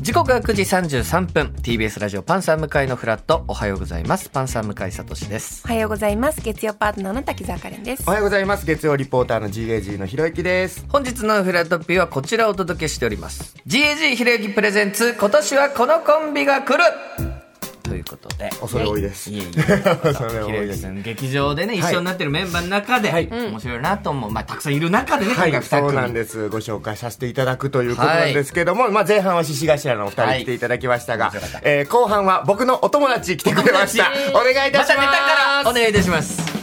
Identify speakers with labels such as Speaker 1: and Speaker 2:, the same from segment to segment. Speaker 1: 時刻は9時33分 TBS ラジオパンサー向井のフラットおはようございますパンサー向井聡です
Speaker 2: おはようございます。月曜パートナーの滝沢カレンです
Speaker 3: お。はようございます月曜リポーターの GAG のひろゆきです
Speaker 1: 本日のフラットピーはこちらをお届けしております GAG ひろゆきプレゼンツ今年はこのコンビが来るということで
Speaker 3: 恐れ多いです
Speaker 1: いえいえ
Speaker 3: それ
Speaker 1: ひ
Speaker 3: 多
Speaker 1: ろ
Speaker 3: い
Speaker 1: ゆ
Speaker 3: で
Speaker 1: き
Speaker 3: す
Speaker 1: さん劇場でね、一緒になってるメンバーの中で、
Speaker 3: はい
Speaker 1: 面白いなと思う、まあ、たくさんいる中でね、今
Speaker 3: はい、
Speaker 1: 回
Speaker 3: そう
Speaker 1: 2
Speaker 3: なん
Speaker 1: 組
Speaker 3: です。ご紹介させていただくということなんですけども、まあ前半は獅子頭のお二
Speaker 1: はい
Speaker 3: 人来ていただきましたが、
Speaker 1: 面白かった
Speaker 3: えー後半は僕のお友達来てくれました
Speaker 1: お友。
Speaker 3: お願いいたし
Speaker 1: ま
Speaker 3: ます。
Speaker 1: たネタからお願いいたします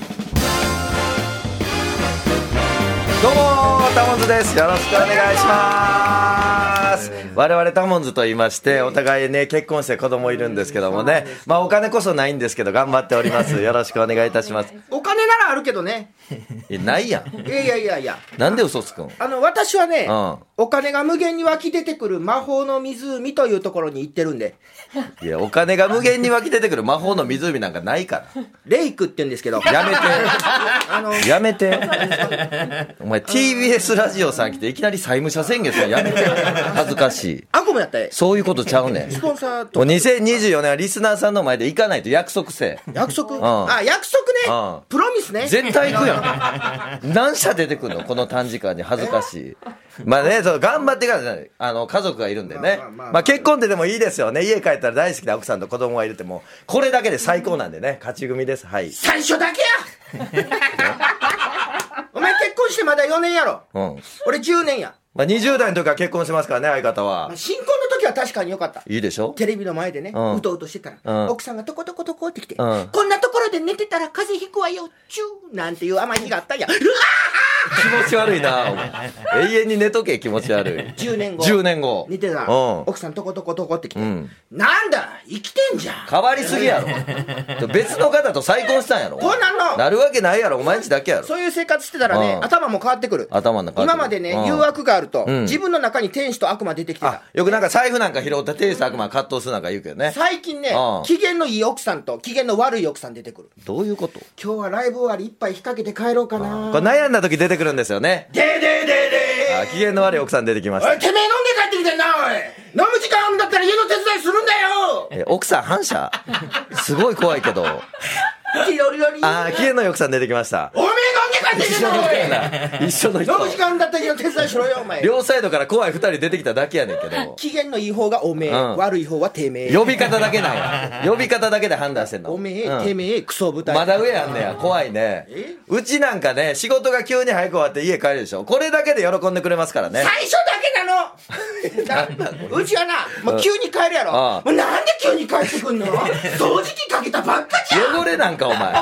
Speaker 4: どうもタモンズですよろしくお願いします我々タモンズと言いましてお互いね結婚して子供いるんですけどもねまあお金こそないんですけど頑張っておりますよろしくお願いいたします
Speaker 5: お金ならあるけ どね。
Speaker 4: いやないやん
Speaker 5: いやいやいやいや。
Speaker 4: なんで嘘つくん
Speaker 5: あの、私はね、
Speaker 4: うん
Speaker 5: お金が無限に湧き出てくる魔法の湖というところに行ってるんで、
Speaker 4: いやお金が無限に湧き出てくる魔法の湖なんかないか
Speaker 5: レイクって言うんですけど、
Speaker 4: らやめ
Speaker 5: あの、
Speaker 4: てやめて お前 TBS ラジオさん来ていきなり債務者宣言するのやめて恥ずかしい
Speaker 5: アコムやったらええ
Speaker 4: そういうことちゃうねん
Speaker 5: スポンサー
Speaker 4: もう
Speaker 5: と
Speaker 4: 2024年はリスナーさんの前で行かないと約束せえ
Speaker 5: 約束、
Speaker 4: ん
Speaker 5: あ、約束ね、
Speaker 4: うん
Speaker 5: プロミスね。
Speaker 4: 絶対行くやん。何社出てくんのこの短時間に恥ずかしい。まあね、そう頑張ってください。あの、家族がいるんでね
Speaker 5: まあまあま。あ
Speaker 4: まあ結婚ってでもいいですよね。家帰ったら大好きな奥さんと子供がいるってもう、これだけで最高なんでね。勝ち組です。はい。
Speaker 5: 最初だけ やお前結婚してまだ4年やろ。
Speaker 4: うん。
Speaker 5: 俺10年や。
Speaker 4: まあ20代の時は結婚してますからね、相方
Speaker 5: ま
Speaker 4: は
Speaker 5: あ。新婚の時は確かに良かった。
Speaker 4: いいでしょ
Speaker 5: テレビの前でね、
Speaker 4: うん
Speaker 5: うとうとしてたら、
Speaker 4: うん
Speaker 5: 奥さんがトコトコトコってきて、
Speaker 4: うん
Speaker 5: こんなところで寝てたら風邪ひくわよ、チューなんていう甘い日があったんや。うわ
Speaker 4: 気持ち悪いな、お前。永遠に寝とけ、気持ち悪い。
Speaker 5: 10年後。
Speaker 4: 10年後。
Speaker 5: 寝て
Speaker 4: う
Speaker 5: たら、
Speaker 4: ん。
Speaker 5: 奥さんトコトコトコってきて、
Speaker 4: うん
Speaker 5: なんだ、生きてんじゃん。
Speaker 4: 変わりすぎやろ。別の方と再婚したんやろ。
Speaker 5: こうなんの
Speaker 4: なるわけないやろ、お前んちだけやろ。
Speaker 5: そういう生活してたらね、
Speaker 4: うん
Speaker 5: 頭も変わってくる。
Speaker 4: 頭の中
Speaker 5: 今までね、
Speaker 4: うん
Speaker 5: 誘惑があると、
Speaker 4: うん
Speaker 5: 自分の中に天使と悪魔出てきて
Speaker 4: あ
Speaker 5: た。
Speaker 4: よくなんか財布なんか拾って天使悪魔葛藤するなんか言うけどね
Speaker 5: 最近ね、
Speaker 4: うん
Speaker 5: 機嫌のいい奥さんと機嫌の悪い奥さん出てくる。
Speaker 4: どういうこと
Speaker 5: 今日はライブ終わり一杯引っ掛けて帰ろうかな
Speaker 4: これ。悩んだ時出てくるんですよね
Speaker 5: でででで
Speaker 4: あ機嫌の悪い奥さん出てきまし
Speaker 5: お
Speaker 4: た
Speaker 5: い、てめえ飲んで帰ってきてんな、おい飲む時間あるんだったら家の手伝いするんだよ
Speaker 4: え奥さん反射すごい怖いけど
Speaker 5: キロリロリ。おめ
Speaker 4: あ機嫌のいい奥さん出てきました
Speaker 5: え飲んで帰ってきてんな、おい
Speaker 4: 一緒の人
Speaker 5: 飲む時間あるんだったら家の手伝いしろよ、お前。
Speaker 4: 両サイドから怖い二人出てきただけやねんけど
Speaker 5: 機嫌のいい方がおめえ、
Speaker 4: うん
Speaker 5: 悪い方はてめえ。
Speaker 4: 呼び方だけなんや呼び方だけで判断してんの
Speaker 5: おめえ、
Speaker 4: うん
Speaker 5: てめえ、クソ豚。
Speaker 4: まだ上あんねや怖いね
Speaker 5: え
Speaker 4: うちなんかね仕事が急に早く終わって家帰るでしょこれだけで喜んでくれますからね
Speaker 5: 最初 だけなのなうちはな、もう急に帰るやろ。
Speaker 4: ああ
Speaker 5: もうなんで急に帰っ てくんの掃除機かけたばっかじゃん
Speaker 4: 汚れなんかお前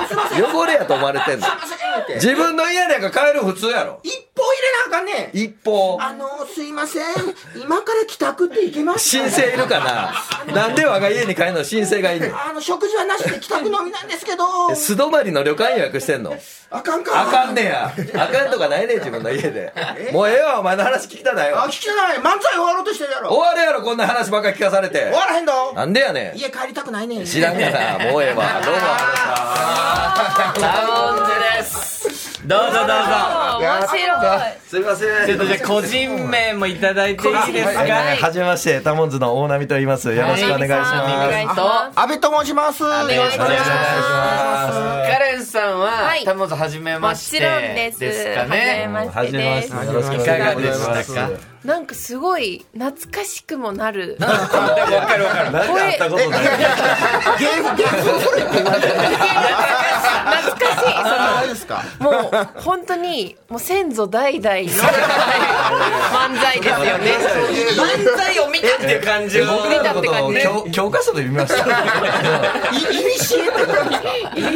Speaker 4: 汚れやと思われてんの
Speaker 5: すいませんって
Speaker 4: 自分の家なんか帰る普通やろ
Speaker 5: 一歩入れなあかんね
Speaker 4: 一方
Speaker 5: あのすいません今から帰宅って行けます
Speaker 4: 申
Speaker 5: か
Speaker 4: 請いるかななんで我が家に帰るの申請がいんの
Speaker 5: あの食事はなしで帰宅のみなんですけど
Speaker 4: え素泊まりの旅館予約してんの
Speaker 5: あかんか
Speaker 4: あかんねやあかんとかないねん自分の家でもうええわお前の話聞きたない
Speaker 5: あ
Speaker 4: わ
Speaker 5: 聞きたない漫才終わろうとしてるやろ
Speaker 4: 終わるやろこんな話ばっか聞かされて
Speaker 5: 終わらへんど
Speaker 4: なんでやね
Speaker 5: 家帰りたくないねん
Speaker 4: ん知らんがなもうええわどうも
Speaker 1: ラウンジですどうぞどうぞ
Speaker 2: 面白い。
Speaker 4: すいません
Speaker 1: ちょっとじゃあ個人名もいただいていいですか、
Speaker 2: はい
Speaker 4: はじめましてタモンズの大波と言いますよろしくお願いします
Speaker 2: お願いします。
Speaker 3: 阿部と申します。
Speaker 2: お願いします。
Speaker 1: カレンさんは、
Speaker 2: はい
Speaker 1: タモズはじめま
Speaker 2: も
Speaker 1: して
Speaker 2: ちろんです。
Speaker 1: ですかね
Speaker 2: はじめまして
Speaker 4: は
Speaker 2: で
Speaker 4: じめましてよろしくお
Speaker 1: いかが
Speaker 4: 願い
Speaker 1: で
Speaker 4: しま
Speaker 1: し
Speaker 4: す
Speaker 1: たか
Speaker 2: す。なんかすごい懐かしくもなる。
Speaker 1: わかるわかる
Speaker 4: 何かあったことない
Speaker 2: 懐かしい。その
Speaker 3: あれですか。
Speaker 2: もう本当にもう先祖代々の漫才ですよね。漫才を見たっ
Speaker 1: って
Speaker 2: て
Speaker 1: いう感じを
Speaker 2: 僕見たって感じね
Speaker 4: 教教科書で見 ました。
Speaker 2: い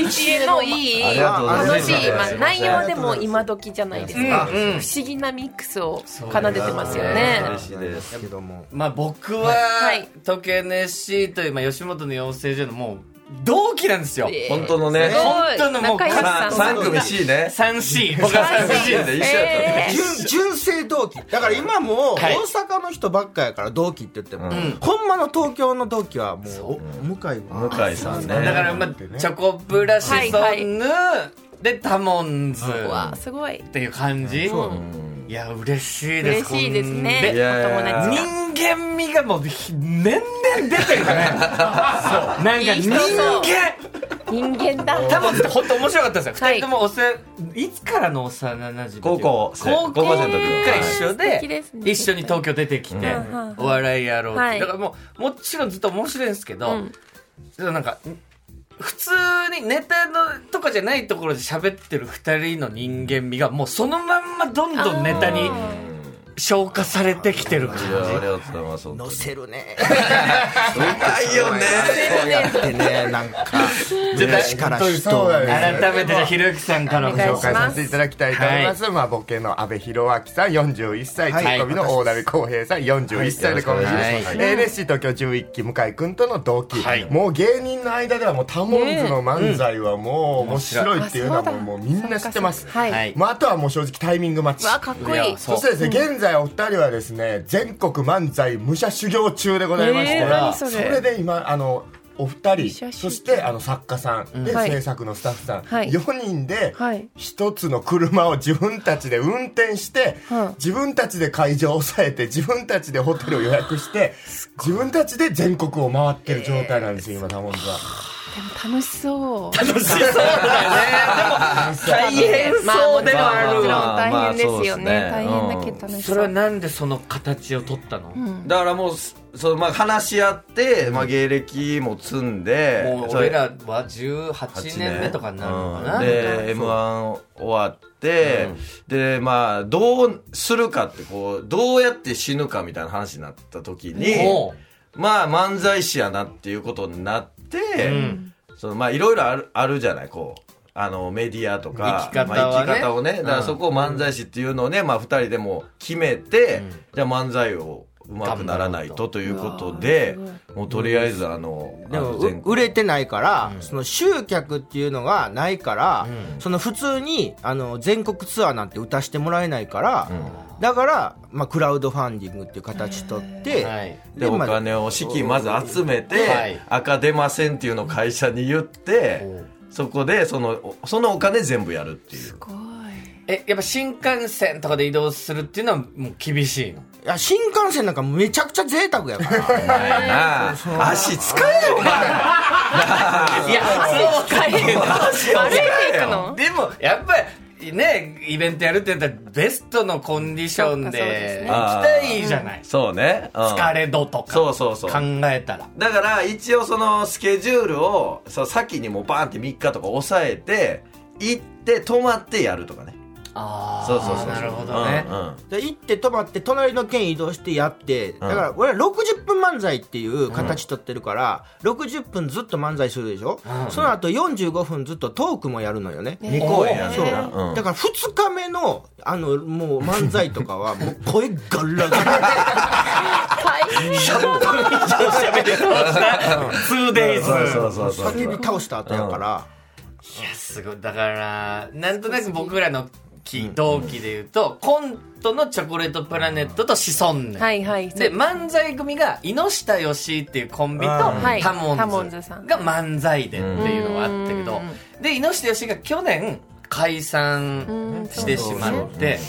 Speaker 2: い知恵のいい
Speaker 4: ありがとうございま
Speaker 2: 楽
Speaker 4: す
Speaker 2: しい、まあ、内容でも今時じゃないですか、不思議なミックスを奏でてますよね。
Speaker 4: 嬉しいです。
Speaker 3: けども。
Speaker 1: まあ僕
Speaker 2: はい
Speaker 1: は東京 NSC という、まあ、吉本の養成所のもう同期なんですよ
Speaker 2: えー
Speaker 4: 本当のね
Speaker 2: すごい
Speaker 1: 本当のもう
Speaker 2: 仲良しさ
Speaker 4: さ
Speaker 2: ん
Speaker 4: 三組 C ね。
Speaker 1: 3C 僕は 3C で
Speaker 4: 一緒やった
Speaker 2: えー
Speaker 3: 純純正同期だから今もう
Speaker 1: はい
Speaker 3: 大阪の人ばっかやから同期って言っても、
Speaker 4: ん
Speaker 3: ほんまの東京の同期はもうお向井は
Speaker 4: 向井さんね。
Speaker 1: だからまあチョコプラシソンヌ、でタモンズ
Speaker 2: うわ
Speaker 1: っ
Speaker 2: すごい
Speaker 1: ていう感じ、いや嬉しいです
Speaker 2: 嬉しいですね
Speaker 1: こんで
Speaker 4: いやいや
Speaker 2: お友達
Speaker 1: 人間味がもうひ年々出てるね そうなんか
Speaker 2: いい
Speaker 1: 人
Speaker 2: 人そ
Speaker 1: 間
Speaker 2: う人間だ。
Speaker 1: タモンズって本当面白かったんですよ、
Speaker 2: はい
Speaker 1: 二人ともおせいつからの幼馴染
Speaker 4: 高校生
Speaker 1: 高
Speaker 4: 高
Speaker 1: 校
Speaker 4: 校生
Speaker 1: 生
Speaker 4: の
Speaker 1: の
Speaker 4: 時の
Speaker 1: 時が一緒で,、
Speaker 2: はい素敵ですね
Speaker 1: 一緒に東京出てきて、
Speaker 2: んうんう
Speaker 1: お
Speaker 2: ん
Speaker 1: 笑いやろうって、
Speaker 2: はい
Speaker 1: だからもうもちろんずっと面白いんですけど、
Speaker 2: うん
Speaker 1: なんか普通にネタのとかじゃないところで喋ってる二人の人間味がもうそのまんまどんどんネタに消化されてきてる感じ
Speaker 4: いやありがとうございます本当
Speaker 5: 乗
Speaker 4: に
Speaker 5: せ るね。
Speaker 4: 痛いよね
Speaker 5: そうやってね、なんか、昔から
Speaker 3: そう
Speaker 5: 人を
Speaker 3: だよね
Speaker 5: ね。
Speaker 1: 改めてじゃあひろゆきさんから
Speaker 2: お願いしま
Speaker 3: 紹
Speaker 2: す
Speaker 3: 介させていただきたいと思います。まあ、ボケの安倍博明さん、41歳、ツッコミの大鍋浩平さん、41歳でコンビです。
Speaker 4: は
Speaker 3: えー LSC 東京11期、向井くんとの同期。
Speaker 1: はい
Speaker 3: もう芸人の間ではもうタモンズの漫才はもう面白いっていうのは
Speaker 2: うん
Speaker 3: もうもうみんな知ってます。
Speaker 2: はい。
Speaker 1: は
Speaker 2: はいい、
Speaker 3: まあ、あとはもう正直タイミング待ち。
Speaker 2: わかっこいい。
Speaker 3: そしてですね、現在お二人はですね、全国漫才武者修行中でございまして、
Speaker 2: えー何それ
Speaker 3: れで今、あの、お二人
Speaker 2: 武者修行
Speaker 3: そしてあの作家さんで、
Speaker 2: はい
Speaker 3: 制作のスタッフさん、
Speaker 2: はい
Speaker 3: 4人で
Speaker 2: はい
Speaker 3: 一つの車を自分たちで運転して、
Speaker 2: はい
Speaker 3: 自分たちで会場を抑えて自分たちでホテルを予約して自分たちで全国を回ってる状態なんですよ、今タモンズは
Speaker 2: 楽しそう。
Speaker 1: 楽しそうだね。でも、大変そうではある
Speaker 4: まあ
Speaker 1: わ。
Speaker 4: わ
Speaker 2: もちろん大変ですよね。
Speaker 4: まあ
Speaker 2: 大
Speaker 4: そうで
Speaker 2: 変だ
Speaker 4: すね
Speaker 2: けど楽しそう。
Speaker 1: それはなんでその形を取ったの、
Speaker 4: だからもうそのまあ話し合って、まあ、芸歴も積んで
Speaker 1: もう
Speaker 4: それ
Speaker 1: 俺らは18年目とかになるのかな、
Speaker 4: うんで m 1終わって、でまあどうするかってこうどうやって死ぬかみたいな話になった時に
Speaker 1: ほ
Speaker 4: まあ漫才師やなっていうことになって、
Speaker 1: ん
Speaker 4: そのまあいろいろあるあるじゃないこう。あのメディアとか
Speaker 1: 生き方はね
Speaker 4: まあ、生き方をねだから
Speaker 1: うん
Speaker 4: そこを漫才師っていうのをね、まあ、2人でも決めて、じゃあ漫才をうまくならないとということでもうとりあえずあの、
Speaker 5: で
Speaker 4: あ
Speaker 5: も
Speaker 4: の
Speaker 5: う
Speaker 4: 全国
Speaker 5: 売れてないから、その集客っていうのがないから、その普通にあの全国ツアーなんて歌してもらえないから、だから、まあ、クラウドファンディングっていう形取って、
Speaker 1: はい
Speaker 4: でお
Speaker 5: まあ
Speaker 4: 金を資金まず集め
Speaker 1: はい
Speaker 4: て赤出ませんっていうのを会社に言ってそこでそのおそのお金全部やるっていう
Speaker 1: えやっぱ新幹線とかで移動するっていうのはもう厳しいの
Speaker 5: いや新幹線なんかめちゃくちゃ贅沢やから
Speaker 4: なあ足使えよお前
Speaker 1: いやそうか
Speaker 2: 歩いていくの
Speaker 1: でもやっぱりねイベントやるって言ったらベストのコンディション
Speaker 2: そうかそうです
Speaker 1: で
Speaker 2: ね
Speaker 1: 行きたいじゃない、
Speaker 4: そうね、うん
Speaker 1: 疲れ度とか
Speaker 4: そ
Speaker 1: 考
Speaker 4: うそうそう
Speaker 1: えたら
Speaker 4: だから一応そのスケジュールをそう先にもうバーンって3日とか抑えて行って泊まってやるとかね
Speaker 1: あ
Speaker 4: そうそうそう
Speaker 1: なるほどね、
Speaker 4: うんうん
Speaker 5: で行って泊まって隣の県移動してやってだから俺ら60分漫才っていう形取ってるから、60分ずっと漫才するでしょ、その後45分ずっとトークもやるのよね、
Speaker 4: 二公演やる
Speaker 5: そう、
Speaker 4: なうん
Speaker 5: だから2日目のあのもう漫才とかはもう声ガラガラで
Speaker 2: 大変
Speaker 1: ツーデイズ
Speaker 4: そうそうそうそう
Speaker 5: 叫び倒した後やから、
Speaker 1: いやすごいだからなんとなく僕らの期同期で言うと、コントの「チョコレートプラネット」と「シソンヌ」
Speaker 2: はいはい。
Speaker 1: で漫才組が猪下よしっていうコンビと
Speaker 2: はい
Speaker 1: タモンズ,、
Speaker 2: タモンズさん
Speaker 1: が漫才でっていうのがあったけどで猪下よしが去年解散してしまって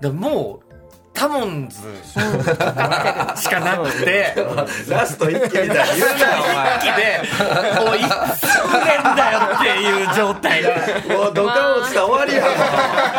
Speaker 1: でもうタモンズしかなくて。
Speaker 4: ラスト一気みたいに言うなよお前
Speaker 1: 一期でもう一周年だよっていう状態
Speaker 4: もうドカン落ちた終わり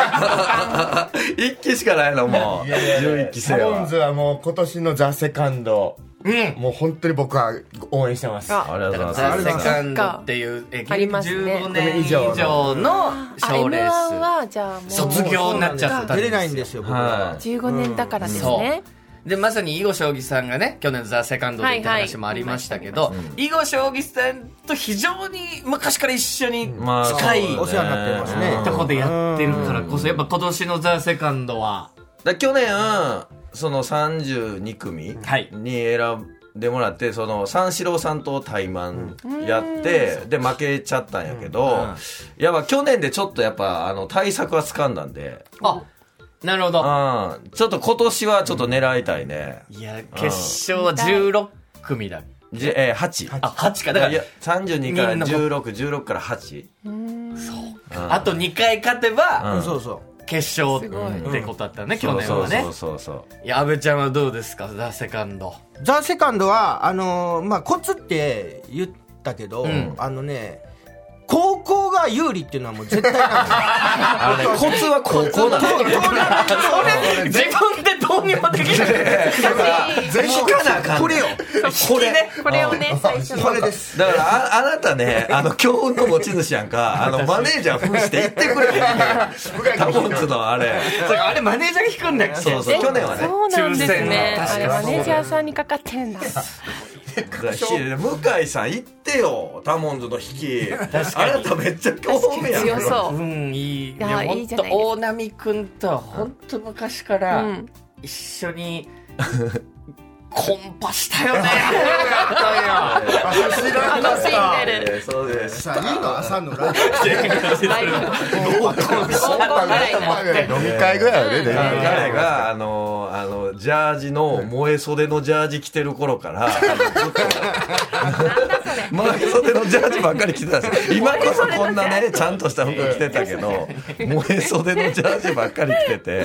Speaker 4: やもう一期しかないのもう11期生
Speaker 3: タモン
Speaker 4: は
Speaker 3: ズはもう今年のザ・セカンド
Speaker 1: うん
Speaker 3: もう本当に僕は応援してます
Speaker 2: あ
Speaker 4: ありがとうござい
Speaker 1: ザ・
Speaker 4: ます
Speaker 1: セカンドっていう、え、
Speaker 2: ありますね
Speaker 1: 15年以上の賞レー
Speaker 2: あ M1
Speaker 1: ス。
Speaker 2: はじゃあもう
Speaker 1: 卒業になっちゃったんで
Speaker 5: 出れ
Speaker 1: す
Speaker 5: ないんですよ僕らは、
Speaker 4: は
Speaker 2: 15年だからですね。
Speaker 1: で、まさに囲碁将棋さんがね、去年のザ・セカンドでって話もありましたけど、囲碁将棋さんと非常に昔から一緒に
Speaker 4: いまあ
Speaker 1: 近い
Speaker 4: そうだね
Speaker 5: お世話になってますね
Speaker 1: とこでやってるからこそ、やっぱ今年のザ・セカンドは、
Speaker 4: だ去年その32組
Speaker 1: はい
Speaker 4: に選んでもらってその三四郎さんと対マンやってで負けちゃったんやけどやっぱ去年でちょっとやっぱあの対策は掴んだんで
Speaker 1: あ、なるほ
Speaker 4: う
Speaker 1: ど。
Speaker 4: んちょっと今年はちょっと狙いたいね
Speaker 1: いや、決勝16組だ。
Speaker 4: じえー8
Speaker 1: あ、8か。だから
Speaker 4: いや、32から
Speaker 1: みんな
Speaker 4: 1616から8
Speaker 1: あと2回勝てば、
Speaker 5: うんそうそう
Speaker 1: 決勝ってことだったよね、去年はね
Speaker 4: そうそうそうそう
Speaker 1: いや安部ちゃんはどうですかザ・セカンド
Speaker 5: ザ・セカンドは、あのーまあ、コツって言ったけど、あのね、高校が有利っていうのはもう絶対な
Speaker 4: あのねコツは高校だね
Speaker 5: のよ。トーナメント
Speaker 1: 自分でどうにもできない
Speaker 4: 全国かなあかんこれよ これ
Speaker 2: これをね、最初の。
Speaker 5: これです。
Speaker 4: だからああな たねあの強運の持ち主やんかあのマネージャー封して言ってく れタモンズのあれ
Speaker 1: そうかあれマネージャーが引くんだっけ
Speaker 4: そうそう去年はね
Speaker 2: そうなんですね。
Speaker 1: 抽選
Speaker 2: あれマネージャーさんにかかってんだ。
Speaker 4: 向井さん行ってよタモンズの引きあなためっちゃ強運やん
Speaker 2: 強そう。
Speaker 1: んいい
Speaker 2: いや
Speaker 1: でも
Speaker 2: いいじゃ
Speaker 1: ほ
Speaker 2: なんい
Speaker 1: と
Speaker 2: で
Speaker 1: 大波
Speaker 2: すか
Speaker 1: 君とは本当昔から
Speaker 2: うん
Speaker 1: 一緒にコンパした よね
Speaker 2: 楽しんでる。
Speaker 4: えーそうです
Speaker 5: さあ、いいの朝のラジ
Speaker 2: ライブ。合コンぐらいの。
Speaker 3: 飲み会ぐらいよねでもね
Speaker 4: 彼があのあのジャージの燃え袖のジャージ着てる頃からあのずっと燃え袖のジャージばっかり着てたんですよ今こそこんなねちゃんとした服着てたけ ど燃え袖のジャージばっかり着てて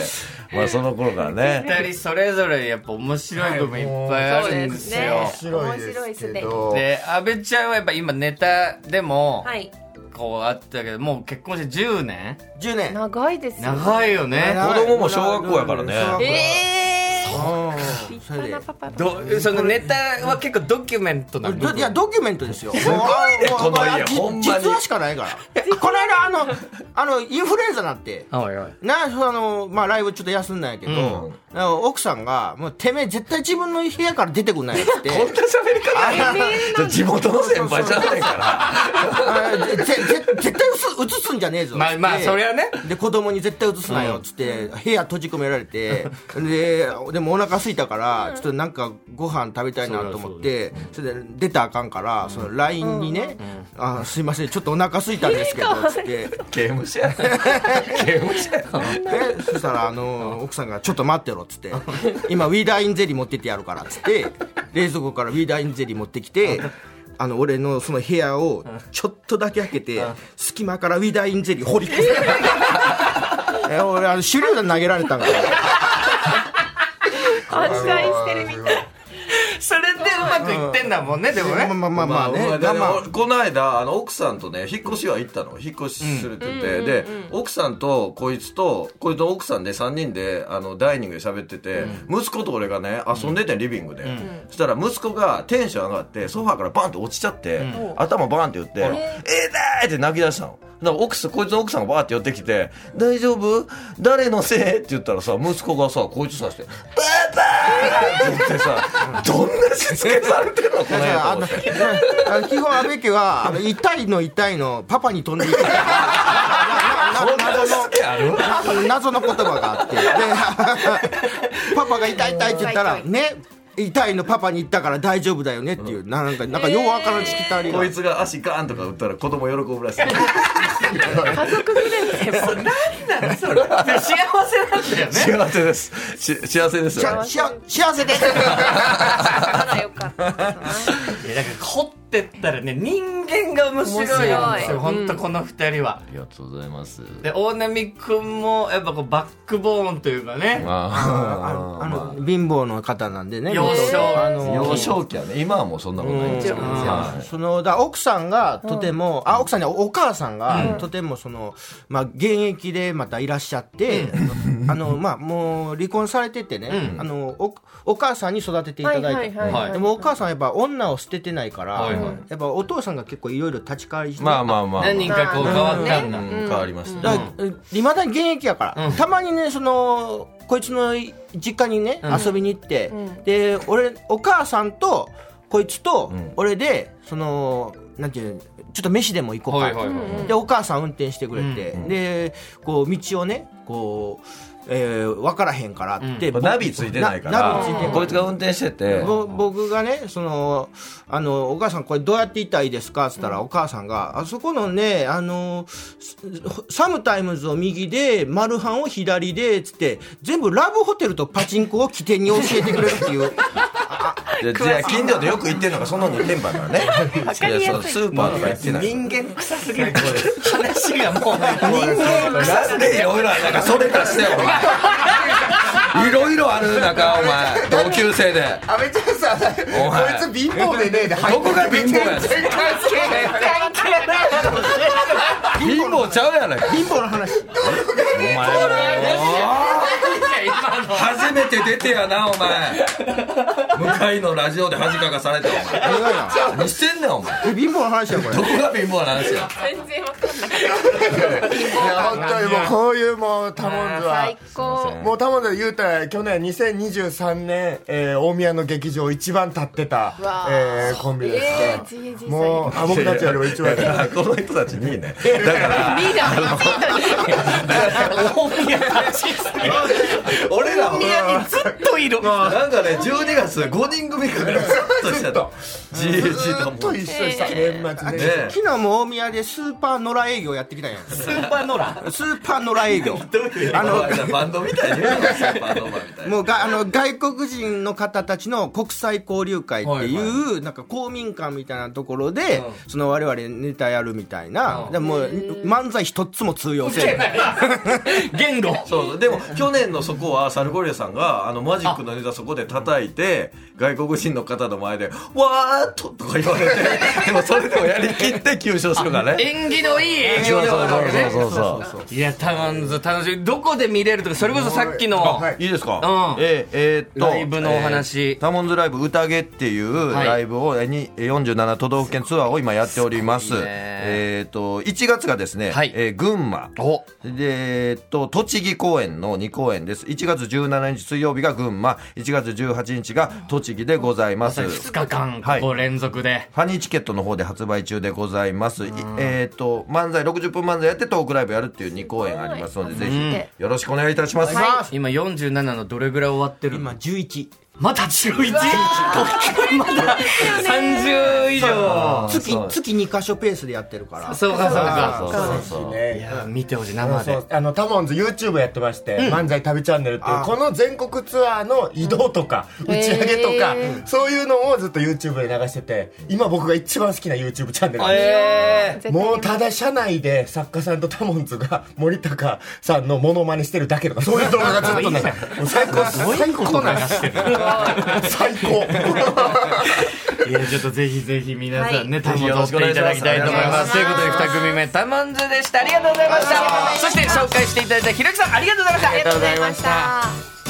Speaker 4: まあその頃からね
Speaker 1: 二人それぞれやっぱ面白い部分いっぱいあるんですよ、
Speaker 2: はいもう
Speaker 3: 面白いですけど
Speaker 1: で阿部ちゃんはやっぱ今ネタでも
Speaker 2: はい。
Speaker 1: こうあったけどもう結婚して10年
Speaker 5: オ10年。
Speaker 2: 長いですよ。
Speaker 1: 長いよね
Speaker 4: 子供も小学校やからね
Speaker 5: 小学校
Speaker 2: ええ
Speaker 5: うん
Speaker 2: 立
Speaker 5: それ
Speaker 2: 派
Speaker 5: で
Speaker 2: なパパ。
Speaker 1: どそのネタは結構ドキュメントな部
Speaker 5: どいや
Speaker 1: 分
Speaker 5: ドキュメントですよ。すごい
Speaker 4: この家ほんまに
Speaker 5: 実はしかないから。この間あのあのインフルエンザなって。
Speaker 1: おいおい
Speaker 5: なそのまあ、ライブちょっと休んだんやけど、なんか奥さんが、もうてめえ、絶対自分の部屋から出てこないっつって、
Speaker 4: こんな喋り方じゃあ地元の先輩じゃないから
Speaker 5: あぜぜ絶対うつうつすんじゃねえぞっつっ
Speaker 1: まあ
Speaker 5: て
Speaker 1: まあそりゃね
Speaker 5: で子供に絶対うつすなよっつって、部屋閉じ込められ てででもお腹空いたからちょっとなんかご飯食べたいなと思ってそれで出たらあかんから、その LINE にね、あ「すいませんちょっとお腹空いたん ですけど」っつって。
Speaker 4: 刑務所やね刑務所やね
Speaker 5: えそしたらあの奥さんが「ちょっと待ってろ」っつって「今ウィーダーインゼリー持ってってやるから」っつって冷蔵庫からウィーダーインゼリー持ってきてあの俺のその部屋をちょっとだけ開けて隙間からウィーダーインゼリー掘り 込んでえ俺あの手榴弾投げられたんから
Speaker 2: 安心してるみたい。
Speaker 1: それでうまくいってんだもんねでも
Speaker 5: まあ
Speaker 1: ね
Speaker 5: まあまあまあね
Speaker 4: ま
Speaker 5: ま
Speaker 4: あ
Speaker 5: あ
Speaker 4: でも
Speaker 5: まあ
Speaker 4: この間あの奥さんとね引っ越しは行ったの引っ越しするって言って、で奥さんとこいつとこいつの奥さんで3人であのダイニングで喋ってて、息子と俺がね遊んでてリビングで、そしたら息子がテンション上がってソファーからバンって落ちちゃって、頭バンって打って「えー、だー!」って泣き出したの。だから奥さんこいつの奥さんがバーって寄ってきて「大丈夫誰のせい?」って言ったらさ息子がさこいつさして「パパー!」って言ってさどんなしつけされてんのこの
Speaker 5: だか
Speaker 4: 辺と
Speaker 5: らあ
Speaker 4: 思
Speaker 5: の
Speaker 4: って。
Speaker 5: あの基本安部家はあの痛いの痛いのパパに飛んで いくななな謎の
Speaker 4: ある
Speaker 5: 謎の言葉があ ってでパパが痛い痛いって言ったらね痛いのパパに言ったから大丈夫だよねっていうなんかなんかようわからんしきたりが
Speaker 4: こいつが足ガーンとか打ったら子供喜ぶらしい
Speaker 2: 家族ぐるみでも。
Speaker 1: で幸せなんだよね
Speaker 4: 幸せですし幸せです
Speaker 5: しゃしゃ幸せです
Speaker 2: あらよかっ
Speaker 1: い
Speaker 2: た。
Speaker 1: やだから掘ってったらね人間が面白いんですよ
Speaker 2: 面白い
Speaker 1: 本当この二人は、
Speaker 4: りがとうございます
Speaker 1: で大波君もやっぱこうバックボーンというかね
Speaker 5: あ
Speaker 4: あ
Speaker 5: のあの貧乏の方なんでね
Speaker 1: 幼少
Speaker 5: あ
Speaker 4: あ
Speaker 5: の
Speaker 4: 幼少期はね今はもうそんなことないんですけどはい
Speaker 5: そのだ奥さんがとても、あ奥さんにお母さんがとてもその、まあ、現役でまたいらっしゃって、あのまあ、もう離婚されててね、あのおお母さんに育てていただいて、
Speaker 1: はい
Speaker 5: でもお母さんはやっぱ女を捨ててないから、
Speaker 1: はいはい
Speaker 5: やっぱお父さんが結構いろいろ立ち返りして、
Speaker 4: まあまあまあ
Speaker 1: 何かこう変わったんだ、
Speaker 4: うん変わりました
Speaker 5: だいまだに現役やから、たまにねそのこいつの実家にね、遊びに行って、で俺お母さんとこいつと俺で、そのなんていうちょっと飯でも行こうか、
Speaker 1: はいはいはい
Speaker 5: でお母さん運転してくれて、でこう道をねこう、えー、分からへんからって、
Speaker 4: これナビついてないから
Speaker 5: ナビついてない
Speaker 4: こいつが運転してて
Speaker 5: ぼ僕がねそのあの「お母さんこれどうやって行ったらいいですか?」っつったら、お母さんが「あそこのねあのすサムタイムズを右でマルハンを左で」っつって全部ラブホテルとパチンコを起点に教えてくれるっていうあ
Speaker 4: でじゃあ近所でよく行ってるのがその2店舗だからね
Speaker 2: かりやすい
Speaker 4: いやそうスーパーとか行ってない
Speaker 1: 人間臭すぎる話が もう
Speaker 4: なんでいろいろある中それ出してよお前いろいろある中お前同級生で
Speaker 3: 阿部ちゃんさ
Speaker 4: お前
Speaker 3: こいつ貧乏でねえで 入
Speaker 4: どこが貧乏やねん
Speaker 3: 全然関係ない
Speaker 4: 貧乏ちゃうやない貧乏の話お前も初めて出てやなお前向かいのラジオで恥かかされたお前何してんねんお前
Speaker 5: え貧乏の話やこれ
Speaker 4: どこが貧乏な話や
Speaker 2: 全然わかんない
Speaker 3: いや本当にもうこういうもうタモンズは
Speaker 2: 最高
Speaker 3: もうタモンズ言うたら去年2023年、えー大宮の劇場一番立ってた
Speaker 2: わ、ー
Speaker 3: えーコンビです
Speaker 2: え
Speaker 3: ね
Speaker 2: ー、GAG さん
Speaker 3: もうあ僕たちよりも一番立 ってた
Speaker 4: この人たちにいいねだから
Speaker 2: リーダーのセットに
Speaker 4: 俺ら
Speaker 1: 宮にずっといる
Speaker 4: なんかね12月5人組からずっとしちゃった GAG
Speaker 3: ず
Speaker 4: だ
Speaker 3: っと
Speaker 4: もんね
Speaker 3: 一緒にした年末ね
Speaker 4: え
Speaker 5: 昨日も大宮でスーパー野良営業やってきたんや
Speaker 1: スーパーノラ
Speaker 5: スーパー野良営業
Speaker 4: あのバンドみたいに言うなスーパーノーマンみたいに
Speaker 5: もうがあの外国人の方たちの国際交流会っていう、なんか公民館みたいなところで、その我々ネタやるみたいな、でもう漫才一つも通用せえへ
Speaker 1: 言
Speaker 5: ん
Speaker 1: 語
Speaker 4: そうそうでも去年のそこはサルゴリアさんがあのマジックのネタそこで叩いて外国人の方の前で「わーっと」とか言われてでもそれでもやりきって急勝するからね
Speaker 1: 縁起のいい営業ではあるわけね
Speaker 4: そうそうそう
Speaker 1: いやタマンズ楽しいどこで見れるとかそれこそさっき
Speaker 3: あ
Speaker 1: の
Speaker 3: はい
Speaker 4: いいですか、
Speaker 1: うん
Speaker 4: えええーっと
Speaker 1: ライブのお話
Speaker 4: えータモンズライブ「宴」っていう
Speaker 1: はい
Speaker 4: ライブを、えーにえー47都道府県ツアーを今やっております
Speaker 1: すごいね
Speaker 4: えーっと1月がですね、
Speaker 1: はい
Speaker 4: えー群馬
Speaker 1: お
Speaker 4: でえーっと栃木公演の2公演です1月17日水曜日が群馬1月18日が栃木でございます
Speaker 1: 2日間
Speaker 4: はい
Speaker 1: ここ連続で
Speaker 4: ファニーチケットの方で発売中でございます。いえっ、と、漫才、60分漫才やってトークライブやるっていう2公演ありますので、ぜひ、よろしくお願いいたします。
Speaker 1: 今47のどれぐらい終わってる
Speaker 5: 今11
Speaker 1: まだ 11? 東京まだ30以上
Speaker 5: 月月2箇所ペースでやってるから
Speaker 1: そうかそうか
Speaker 4: そうそうそう。
Speaker 3: ね
Speaker 1: いや見てほしい生
Speaker 3: そ
Speaker 1: で
Speaker 3: うあのタモンズ YouTube やってまして、漫才旅チャンネルっていうこの全国ツアーの移動とか、打ち上げとか、そういうのをずっと YouTube で流してて今僕が一番好きな YouTube チャンネルなんです
Speaker 1: え
Speaker 2: 絶対
Speaker 3: もうただ社内で作家さんとタモンズが森高さんのモノマネしてるだけとかそういう動画がずっとねもう最高最高なんです最高
Speaker 1: ーいやちょっとぜひぜひ皆さんね、
Speaker 2: は
Speaker 1: タモンズを追っていただきたいと思いますということで2組目タモンズでしたありがとうございましたそして紹介していただいたひろゆきさんありがとうございました
Speaker 2: ありがとうございました